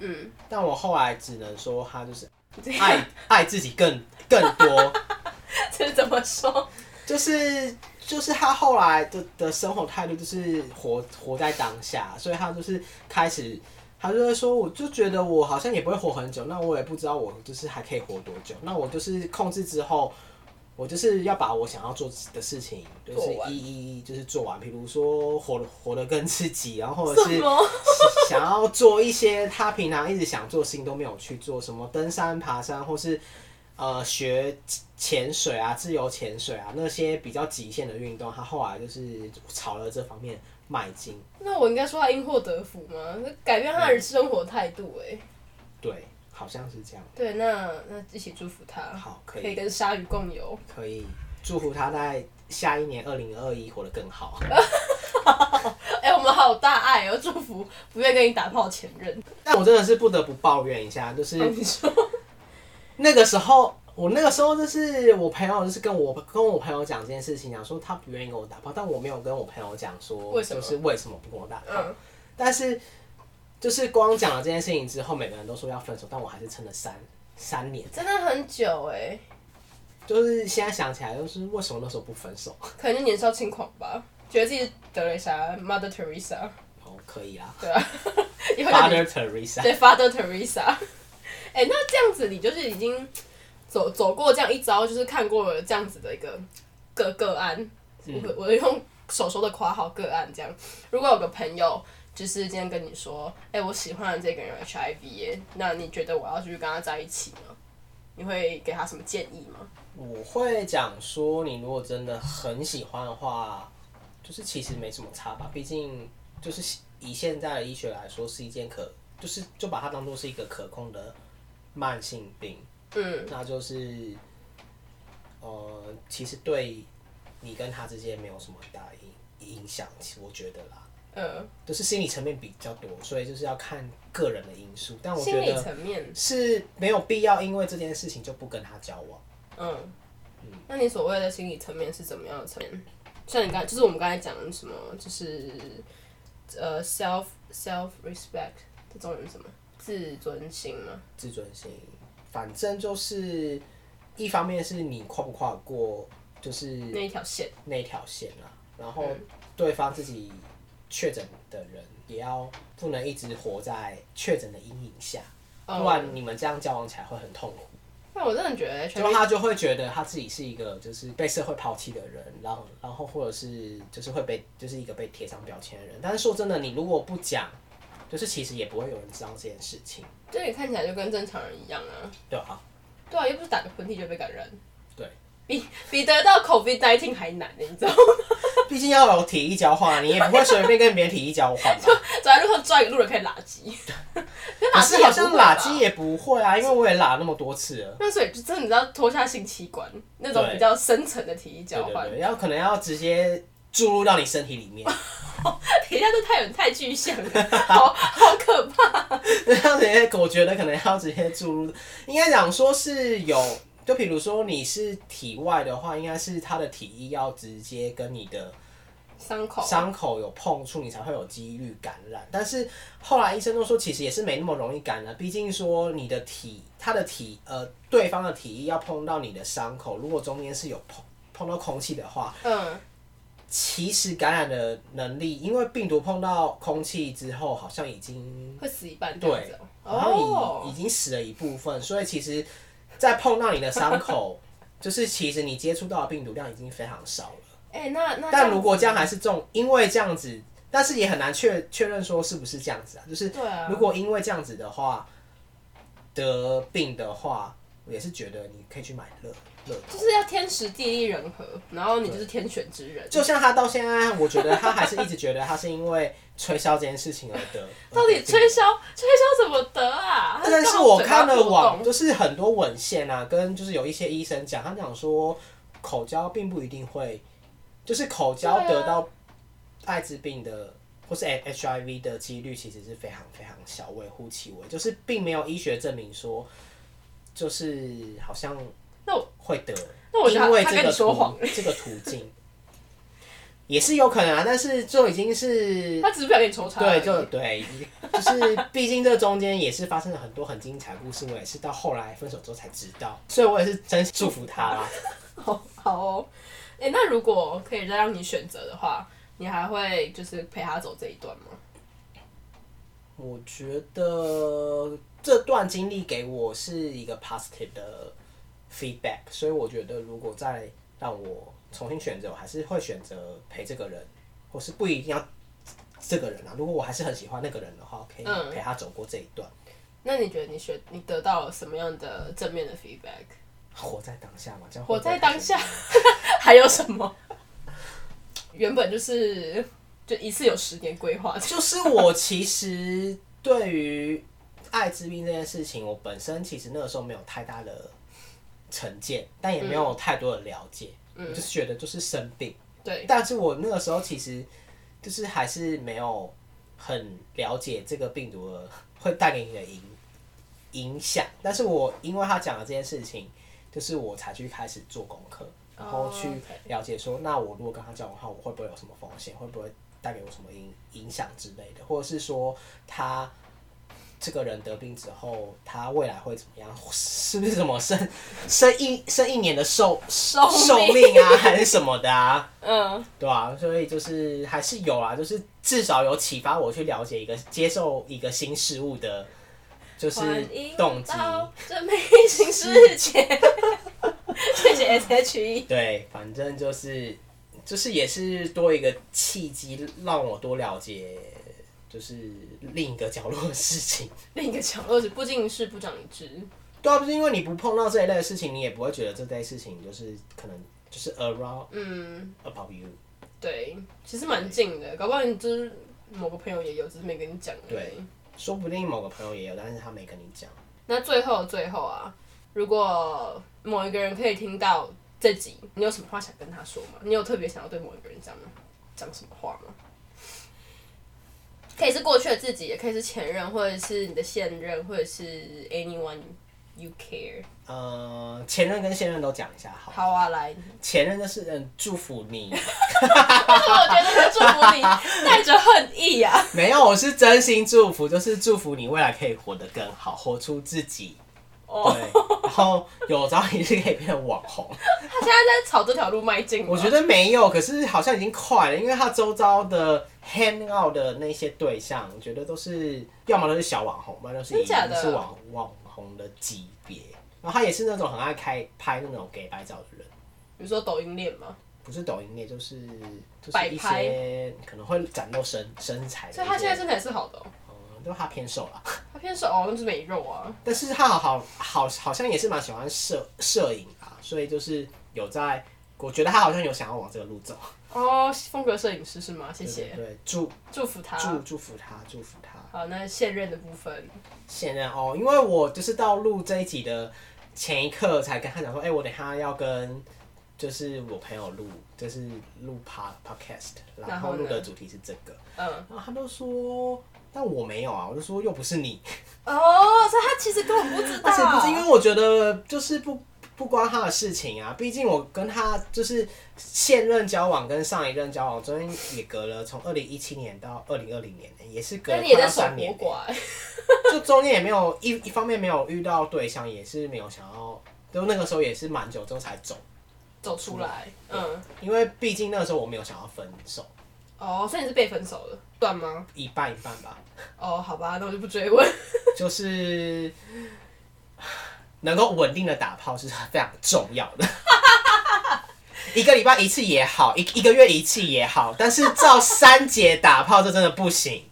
S1: 嗯，
S2: 但我后来只能说他就是
S1: 这样
S2: 爱爱自己更 更多，
S1: 这怎么说？
S2: 就是就是他后来的的生活态度就是活活在当下，所以他就是开始。他就会说，我就觉得我好像也不会活很久，那我也不知道我就是还可以活多久。那我就是控制之后，我就是要把我想要做的事情，就
S1: 做
S2: 是
S1: 完
S2: 一一一就是做完。比如说活得活得更刺激，然 后或者
S1: 什
S2: 是
S1: 么？
S2: 想要做一些他平常一直想做的事情都没有去做，什么登山、爬山，或是呃学潜水啊、自由潜水啊那些比较极限的运动，他后来就是朝了这方面迈进。
S1: 那我应该说他因祸得福吗？那改变他的生活态度哎、
S2: 对，好像是这样，
S1: 对，那那一起祝福他。
S2: 好可以
S1: 跟鲨鱼共游。
S2: 可以祝福他在下一年二零二一活得更好。
S1: 哎、我们好大爱哦！祝福不愿跟你打炮前任。
S2: 但我真的是不得不抱怨一下，就是
S1: 哦你说，
S2: 那个时候，我那个时候就是我朋友，就是跟我跟我朋友讲这件事情，讲啊说他不愿意跟我打炮，但我没有跟我朋友讲说，
S1: 为什么
S2: 就是为什么不跟我打炮。
S1: 嗯，
S2: 但是就是光讲了这件事情之后，每个人都说要分手，但我还是撑了三三年。
S1: 真的很久哎、
S2: 就是现在想起来，就是为什么那时候不分手？
S1: 可能就年少轻狂吧，觉得自己是德蕾莎 Mother Teresa，
S2: 哦，可以 啊
S1: 对啊，以后就
S2: ，Father Teresa。
S1: 对 Father Teresa。哎、那这样子你就是已经走走过这样一遭，就是看过了这样子的一个个个案，我我用手说的夸号个案这样。如果有个朋友就是今天跟你说，哎、我喜欢的这个人有 HIV，耶那你觉得我要继续跟他在一起吗？你会给他什么建议吗？
S2: 我会讲说，你如果真的很喜欢的话，就是其实没什么差吧，毕竟就是以现在的医学来说，是一件可就是就把它当做是一个可控的慢性病，
S1: 嗯，
S2: 那就是呃，其实对你跟他之间没有什么很大的影影响，其实我觉得啦，
S1: 呃，
S2: 就是心理层面比较多，所以就是要看个人的因素，但我觉
S1: 心理
S2: 得
S1: 层面，
S2: 是没有必要因为这件事情就不跟他交往。
S1: 嗯，那你所谓的心理层面是怎么样的层面？像你刚，就是我们刚才讲的什么，就是呃，self self respect 这中文是什么？自尊心吗？
S2: 自尊心，反正就是一方面是你跨不跨得过，就是
S1: 那一条线，
S2: 那条线啦、然后对方自己确诊的人也要不能一直活在确诊的阴影下，
S1: 哦
S2: 不然你们这样交往起来会很痛苦。
S1: 那我真的觉得
S2: 就
S1: HIV，
S2: 他就会觉得他自己是一个就是被社会抛弃的人，然后然后或者是就是会被就是一个被贴上标签的人。但是说真的，你如果不讲，就是其实也不会有人知道这件事情，
S1: 对你看起来就跟正常人一样啊，
S2: 对吧？
S1: 对啊，又不是打个喷嚏就被感染，
S2: 对，
S1: 比比得到 COVID nineteen 还难欸呢，你知道吗？
S2: 毕竟要有体力交换，啊你也不会随便跟别人体力交换 吧？
S1: 走在路上抓一个路人可以拉鸡，可
S2: 可是好像
S1: 拉
S2: 拉鸡也不会啊，因为我也拉那么多次了。
S1: 那所以就真的你知道脱下性器官那种
S2: 对
S1: 比较深层的体液
S2: 对
S1: 交换
S2: 对，对，要可能要直接注入到你身体里面，
S1: 等一下这太远太具象了，好好可怕。
S2: 要直接，我觉得可能要直接注入，应该讲说是有，就比如说你是体外的话，应该是它的体液要直接跟你的
S1: 伤口
S2: 伤口有碰触，你才会有几率感染。但是后来医生都说，其实也是没那么容易感染，毕竟说你的体，他的体，呃，对方的体液要碰到你的伤口，如果中间是有碰碰到空气的话，
S1: 嗯，
S2: 其实感染的能力，因为病毒碰到空气之后，好像已经
S1: 会死一半这样
S2: 对
S1: 子哦，
S2: 然后已已
S1: 哦，
S2: 经死了一部分，所以其实，在碰到你的伤口，就是其实你接触到的病毒量已经非常少了。
S1: 哎，那那
S2: 但如果这
S1: 这
S2: 样
S1: 样子
S2: 还是中，因为这样子，但是也很难确确认说是不是这样子啊。就是
S1: 对啊
S2: 如果因为这样子的话，得病的话，我也是觉得你可以去买乐乐
S1: 就
S2: 透。
S1: 是要天时地利人和，然后你就是天选之人。
S2: 就像他到现在，我觉得他还是一直觉得他是因为吹箫这件事情而 得。
S1: 到底吹
S2: 箫？
S1: 箫吹箫怎么得啊？他刚
S2: 但是
S1: 好
S2: 我
S1: 嘴巴
S2: 看了
S1: 破
S2: 网，
S1: 洞
S2: 就是很多文献啊，跟就是有一些医生讲，他讲说口交并不一定会，就是口交
S1: 对啊
S2: 得到艾滋病的、或是 HIV 的几率其实是非常非常小，微乎其微，就是并没有医学证明说，就是好像
S1: 那我
S2: 会得，
S1: 那我觉得
S2: 因为
S1: 他他
S2: 这
S1: 跟
S2: 个
S1: 你说
S2: 途
S1: 谎
S2: 这个途径也是有可能啊，但是就已经是
S1: 他只是不想给你抽查而
S2: 对，
S1: 已。
S2: 就对，就是毕竟这中间也是发生了很多很精彩的故事，我也是到后来分手之后才知道，所以我也是真心祝福他啦。
S1: 好 好哦。哎、那如果可以再让你选择的话，你还会就是陪他走这一段吗？
S2: 我觉得这段经历给我是一个 positive 的 feedback，所以我觉得如果再让我重新选择，我还是会选择陪这个人，或是不一定要这个人啊。如果我还是很喜欢那个人的话，可
S1: 嗯
S2: 以陪他走过这一段，
S1: 那你觉得你学你得到了什么样的正面的 feedback？
S2: 活在当下嘛，这样会
S1: 活
S2: 不会
S1: 在
S2: 太
S1: 当
S2: 简
S1: 下
S2: 单，
S1: 还有什么？原本就是就一次有十年规划，
S2: 就是我其实对于艾滋病这件事情，我本身其实那个时候没有太大的成见，但也没有太多的了解，我就是觉得就是生病。
S1: 对，
S2: 但是我那个时候其实就是还是没有很了解这个病毒的会带给你的影影响，但是我因为他讲了这件事情，就是我才去开始做功课，然后去
S1: 哦
S2: 了解说，那我如果跟他交往的话，我会不会有什么风险，会不会带给我什么影影响之类的，或者是说他。这个人得病之后，他未来会怎么样？ 是不是什么生生一生一年的寿
S1: 寿命
S2: 寿命啊，还是什么的啊？
S1: 嗯，
S2: 对啊，所以就是还是有啊，就是至少有启发我去了解一个、接受一个新事物的，就是动机。
S1: 这美丽新世界， 谢谢 S H E。
S2: 对，反正就是就是也是多一个契机，让我多了解就是另一个角落的事情。
S1: 另一个角落是不近视不长一智，
S2: 对啊，就是因为你不碰到这一类的事情，你也不会觉得这类事情就是可能就是 around
S1: 嗯，
S2: about you。
S1: 对，其实蛮近的，搞不好你就是某个朋友也有，只是没跟你讲。
S2: 对，说不定某个朋友也有，但是他没跟你讲。
S1: 那最后最后啊，如果某一个人可以听到这集，你有什么话想跟他说吗？你有特别想要对某一个人讲吗？讲什么话吗？可以是过去的自己，也可以是前任，或者是你的现任，或者是 anyone you care。
S2: 呃，前任跟现任都讲一下好了。
S1: 好啊，来，
S2: 前任就是嗯，祝福你。
S1: 但是我觉得是祝福你带着恨意呀、啊。
S2: 没有，我是真心祝福，就是祝福你未来可以活得更好，活出自己。对
S1: 哦，，
S2: 然后有朝一日可以变成网 红。
S1: 他现在在朝这条路迈进吗。
S2: 我觉得没有，可是好像已经快了，因为他周遭的 hang out 的那些对象，我觉得都是要么都是小网红，不然就是已
S1: 真假
S2: 经
S1: 的
S2: 是网网红的级别。然后他也是那种很爱开拍那种给白照的人，
S1: 比如说抖音恋嘛，
S2: 不是抖音类，就是就是
S1: 摆
S2: 一
S1: 拍
S2: 些可能会展露身身材的一些。
S1: 所以他现在身材是好的、哦，
S2: 嗯都他偏瘦了。
S1: 他偏瘦哦，那就是没肉啊。
S2: 但是他好好好好像也是蛮喜欢摄摄影啊，所以就是有在，我觉得他好像有想要往这个路走。
S1: 哦，风格摄影师是吗？谢谢，
S2: 对，祝
S1: 祝福他。
S2: 祝祝福他，祝福他。
S1: 好，那现任的部分，
S2: 现任哦，因为我就是到录这一集的前一刻才跟他讲说，哎、我等一下要跟就是我朋友录，就是录 pod podcast，然
S1: 然后
S2: 后
S1: 呢
S2: 录的主题是这个，
S1: 嗯，
S2: 然后他就说，但我没有啊，我就说又不是你，
S1: 哦，所以他其实根本不知道，
S2: 而且不是因为我觉得就是不不关他的事情啊，毕竟我跟他就是现任交往跟上一任交往中间也隔了从二零一七年到二零二零年，也是隔
S1: 那
S2: 了
S1: 你也
S2: 快
S1: 在
S2: 要
S1: 守
S2: 三
S1: 博
S2: 年，欸
S1: 馆，
S2: 就中间也没有一一方面没有遇到对象，也是没有想要，就那个时候也是蛮久之后才走，
S1: 走出来，嗯，
S2: 因为毕竟那个时候我没有想要分手，
S1: 哦，所以你是被分手了，断吗？
S2: 一半一半吧，
S1: 哦，好吧，那我就不追问。
S2: 就是能够稳定的打炮是非常重要的。 一个礼拜一次也好，一一个月一次也好，但是照三节打炮这真的不 行。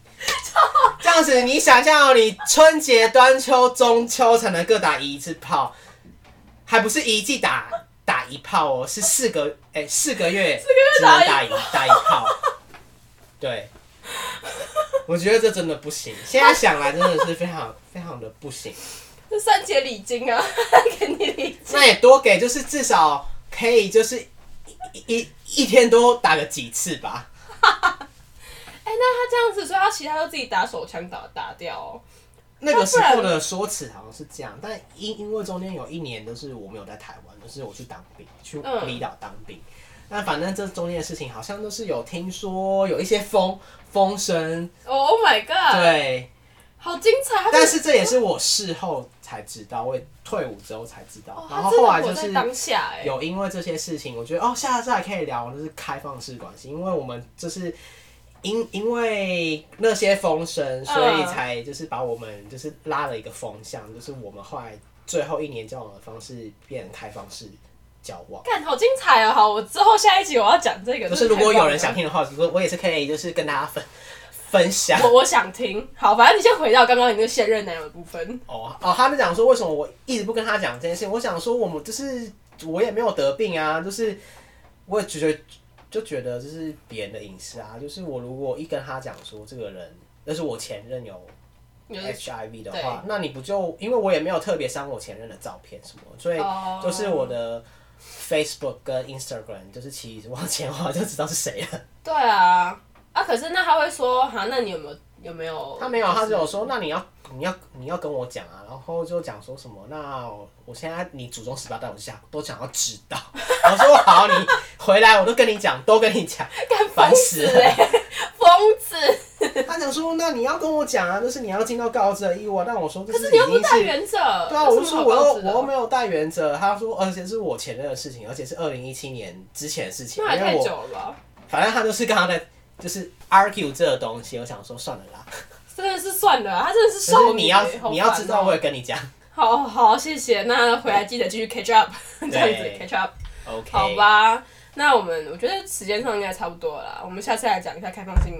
S2: 这样子，你想象哦，你春节、端秋、中秋才能各打一次炮，还不是一季打打一炮哦，是四个哎、四个月只能打一打一炮。对，我觉得这真的不行。现在想来真的是非常非常的不行。
S1: 这三节礼金啊， 给你礼金。
S2: 那也多给，就是至少可以就是一一一一天多打个几次吧。
S1: 哎、那他这样子，所以他其他都自己打手枪打打掉哦。
S2: 那个时候的说辞好像是这样，但因因为中间有一年都是我没有在台湾，就是我去当兵，去
S1: 嗯
S2: 离岛当兵。那反正这中间的事情好像都是有听说有一些风风声，
S1: 哦 oh my god！
S2: 对。
S1: 好精彩。他
S2: 但是这也是我事后才知道，我也退伍之后才知道
S1: 哦，，
S2: 然
S1: 他
S2: 后
S1: 真
S2: 后
S1: 的
S2: 来
S1: 活
S2: 就
S1: 在
S2: 是
S1: 当下哎、
S2: 有因为这些事情，我觉得哦，下次还可以聊，就是开放式关系，因为我们就是因因为那些风声，所以才就是把我们就是拉了一个风向，就是我们后来最后一年交往的方式变开放式交往。
S1: 干好精彩哦！好，我之后下一集我要讲这个。
S2: 就
S1: 真
S2: 是
S1: 的
S2: 如
S1: 太
S2: 果
S1: 棒
S2: 有人
S1: 了
S2: 想听的话，我我也是可以，就是跟大家分分享。
S1: 我我想听。好，反正你先回到刚刚你那个现任男友的部分。
S2: 哦哦，他们讲说为什么我一直不跟他讲这件事情？我想说我们就是我也没有得病啊，就是我也觉得就觉得这是别人的隐私啊，就是我如果一跟他讲说这个人那是我前任有
S1: 你
S2: 哎
S1: 就是
S2: HIV 的话，那你不就因为我也没有特别删我前任的照片什么，所以
S1: 哦
S2: 就是我的 Facebook 跟 Instagram 就是其实 往前滑就知道是谁了。
S1: 对啊啊，可是那他会说，哈，那你有没有有没有？
S2: 他没有，他只有说，那你要你要你要跟我讲啊，然后就讲说什么，那我我现在你祖宗十八代，我想都想要知道。我说好，你回来我都跟你讲，都跟你讲。
S1: 干
S2: 烦
S1: 疯子
S2: 死了
S1: 哎、 疯子！
S2: 他想说，那你要跟我讲啊，就是你要尽到告知的义务啊。但我说，这
S1: 可是
S2: 已
S1: 你又不
S2: 经
S1: 带
S2: 是。
S1: 原则。
S2: 对啊，我就
S1: 有什么好
S2: 说我又
S1: 告知
S2: 我
S1: 的
S2: 又没有带原则，他说而且是我前任的事情，而且是二零一七年之前的事情，
S1: 那还
S2: 因为
S1: 太久
S2: 我
S1: 了吧？
S2: 反正他就是刚刚在就是 argue 这个东西，我想说算了啦，
S1: 真的是算了，啊他真的是
S2: 可
S1: 少
S2: 是
S1: 女
S2: 你要
S1: 欸好
S2: 你要
S1: 烦
S2: 知道
S1: 哦
S2: 我也跟你讲
S1: 好好，谢谢。那回来记得继续 catch up，这样子 catch up，
S2: ，OK，
S1: 好吧？那我们我觉得时间上应该差不多了啦，我们下次来讲一下开放性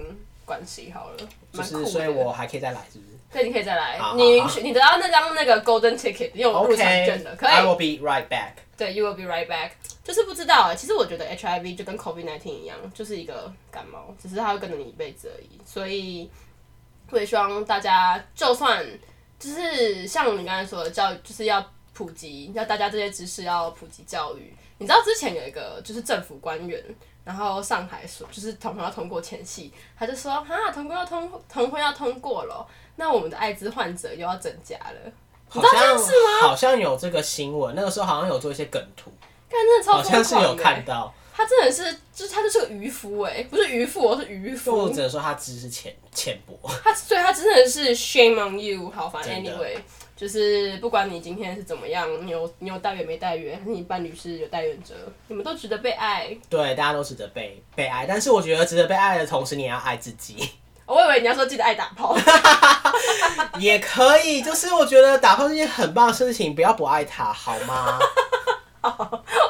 S1: 关系好了，
S2: 就
S1: 蛮酷
S2: 是，
S1: 的。
S2: 所以我还可以再来，是不是
S1: 对，你可以再来
S2: 好好。好
S1: 你允许你得到那张那个 golden ticket，你有入场券的，可
S2: ？I
S1: 以。
S2: will be right back。
S1: 对，you will be right back。就是不知道哎、其实我觉得 HIV 就跟 COVID 1 9一样，就是一个感冒，只是它会跟着你一辈子而已。所以，我也希望大家，就算就是像你刚才说的教育，就是要普及，要大家这些知识要普及教育。你知道之前有一个就是政府官员，然后上海说就是同婚要通过前夕，他就说哈同婚要通同婚要通过了，那我们的艾滋患者又要增加了。
S2: 好
S1: 道这
S2: 像
S1: 样是
S2: 好像有这个新闻，那个时候好像有做一些梗图，
S1: 看，真的超
S2: 好
S1: 疯狂
S2: 像是有
S1: 的欸
S2: 看到。
S1: 他真的是，就是他就是个渔夫哎、不是渔夫哦，我是渔
S2: 就我
S1: 夫
S2: 只。能说他知识浅浅薄。
S1: 他所以他真的是 shame on you。好，反正
S2: 真的
S1: anyway，就是不管你今天是怎么样，你有你有带源没带源，还是你伴侣是有带源者，你们都值得被爱。
S2: 对，大家都值得被被爱，但是我觉得值得被爱的同时，你也要爱自 己，
S1: 哦我以为你要说记得爱打 炮，
S2: 也可以。就是我觉得打炮是件很棒的事情，不要不爱它，好 吗？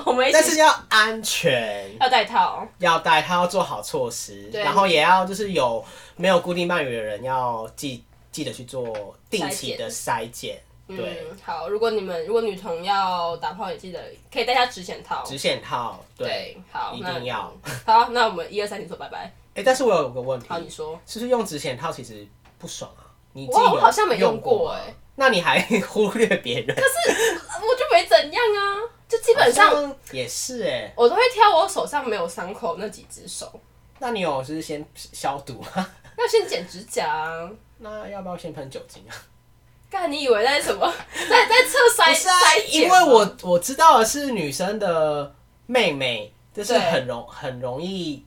S1: 我们一
S2: 但
S1: 起
S2: 是要安全，
S1: 要带套。
S2: 要带他要做好措施，
S1: 对
S2: 然后也要就是有没有固定伴侣的人要记记得去做定期的筛检，对，
S1: 嗯，好，如果你们如果女童要打炮，也记得可以带下止血套。
S2: 直线套，对
S1: 对，，好，
S2: 一
S1: 那
S2: 定要。
S1: 好，那我们一二三，请说拜拜。
S2: 哎、但是我有个问题，
S1: 好，你说。
S2: 是不是用止显套其实不爽啊？你自
S1: 我
S2: 己有
S1: 我好像没
S2: 用
S1: 用过
S2: 吗
S1: 欸
S2: 那你还忽略别人？可是
S1: 我就没怎样啊，就基本上
S2: 也是哎、
S1: 我都会挑我手上没有伤口那几只手，
S2: 那你有就是先消毒吗？
S1: 要先剪指甲、啊。
S2: 那要不要先喷酒精啊？
S1: 干，你以为在什么？ 在在测筛筛检
S2: 啊因
S1: 吗？
S2: 为我我知道的是女生的妹妹，就是
S1: 对
S2: 很容很容易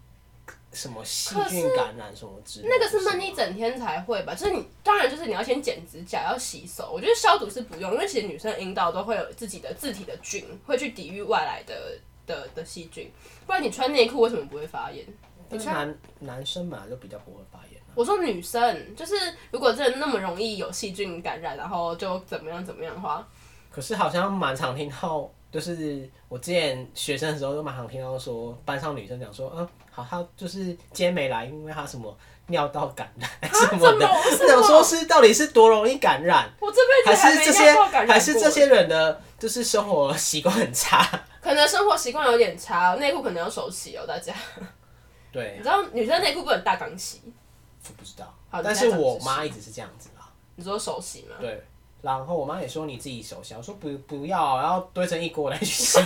S2: 什么细菌感染什么之类的。
S1: 那个是闷
S2: 吗
S1: 一整天才会吧，就是你当然就是你要先剪指甲，要洗手。我觉得消毒是不用，因为其实女生阴道都会有自己的自体的菌，会去抵御外来的的的细菌。不然你穿内裤为什么不会发炎？
S2: 但是男男生嘛就比较不会发炎、啊。
S1: 我说女生就是如果真的那么容易有细菌感染，然后就怎么样怎么样的话，
S2: 可是好像蛮常听到，就是我之前学生的时候都蛮常听到说，班上女生讲说，嗯，好，她就是今天没来，因为她什么尿道感染什么
S1: 啊怎
S2: 的
S1: 么。为什
S2: 我想
S1: 么
S2: 说是到底是多容易感染，
S1: 我这辈
S2: 还
S1: 子
S2: 是
S1: 没
S2: 这
S1: 尿
S2: 些
S1: 道感染过
S2: 还是这，些人的就是生活习惯很差？
S1: 可能生活习惯有点差，内裤可能要手洗哦，大家。你
S2: 对，啊
S1: 知道女生内裤不能大港洗，
S2: 我不知道
S1: 好，
S2: 但是我妈一直是这样子啦。
S1: 你说手洗吗？
S2: 对，然后我妈也说你自己手洗，我说不不要，然后堆成一锅来去洗。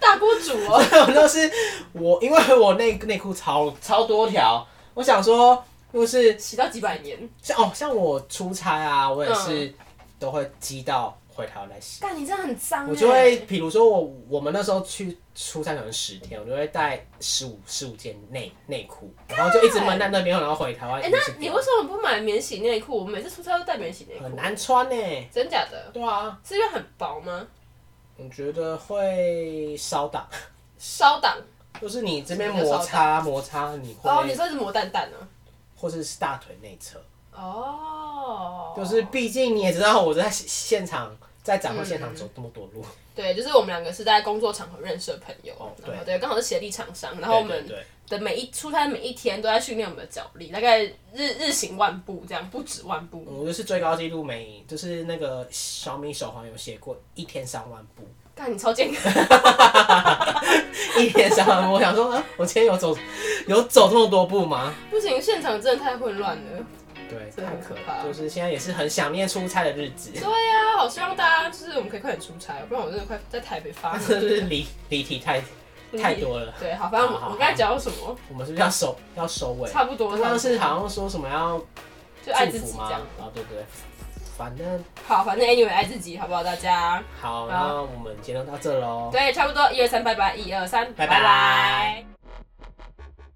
S1: 大锅煮哦，
S2: 我 就是我，因为我内内裤超超多条，我想说，就是
S1: 洗到几百年。
S2: 像哦，像我出差啊，我也
S1: 嗯
S2: 是都会积到回台湾来洗。
S1: 但你真的很脏、欸，
S2: 我就会，比如说我我们那时候去出差可能十天，我就会带十五十五件内内裤，然后就一直闷在那边，然后回台湾
S1: 哎、
S2: 一直
S1: 那
S2: 丢。
S1: 你为什么不买免洗内裤？我每次出差都带免洗内
S2: 很
S1: 裤，
S2: 难穿呢、
S1: 真假的？
S2: 对啊，
S1: 是因为很薄吗？
S2: 我觉得会烧档，
S1: 烧档
S2: 就是你这边
S1: 什么叫
S2: 摩
S1: 烧
S2: 擦摩擦，你会，
S1: 哦，你说是磨蛋蛋呢、
S2: 或是是大腿内侧。
S1: 哦，
S2: 就是毕竟你也知道我在现场在展会现
S1: 嗯
S2: 场走这么多路，
S1: 对，就是我们两个是在工作场合认识的朋友，
S2: 哦对
S1: 然后对，刚好是协力厂商，然后我们
S2: 对对对
S1: 的每一出差每一天都在训练我们的脚力，大概日日行万步这样，不止万步。
S2: 我就是最高纪录每就是那个小米手环有写过一天三万步，
S1: 看你超健康，
S2: 一天三万步，我想说，啊，我今天有走有走这么多步吗？
S1: 不行，现场真的太混乱了。
S2: 对，
S1: 真的很可怕
S2: 就是现在也是很想念出差的日子，
S1: 对呀、好希望大家就是我们可以快点出差，不然我真的快在台北发
S2: 真
S1: 了。
S2: 的是离离题太太多了。
S1: 对，好，反正我
S2: 好
S1: 们
S2: 好
S1: 我们刚才讲到什么，
S2: 我们是不是要收要收尾？
S1: 差不多
S2: 刚刚是好像说什么要
S1: 就爱自
S2: 祝
S1: 己
S2: 福
S1: 这
S2: 吗？
S1: 样。
S2: 啊，对对对，反正
S1: 好，反正 anyway 爱自己，好不好？大家
S2: 好，那我们今天就到这喽。
S1: 对，差不多一二三，拜拜，一二三，
S2: 拜拜
S1: 拜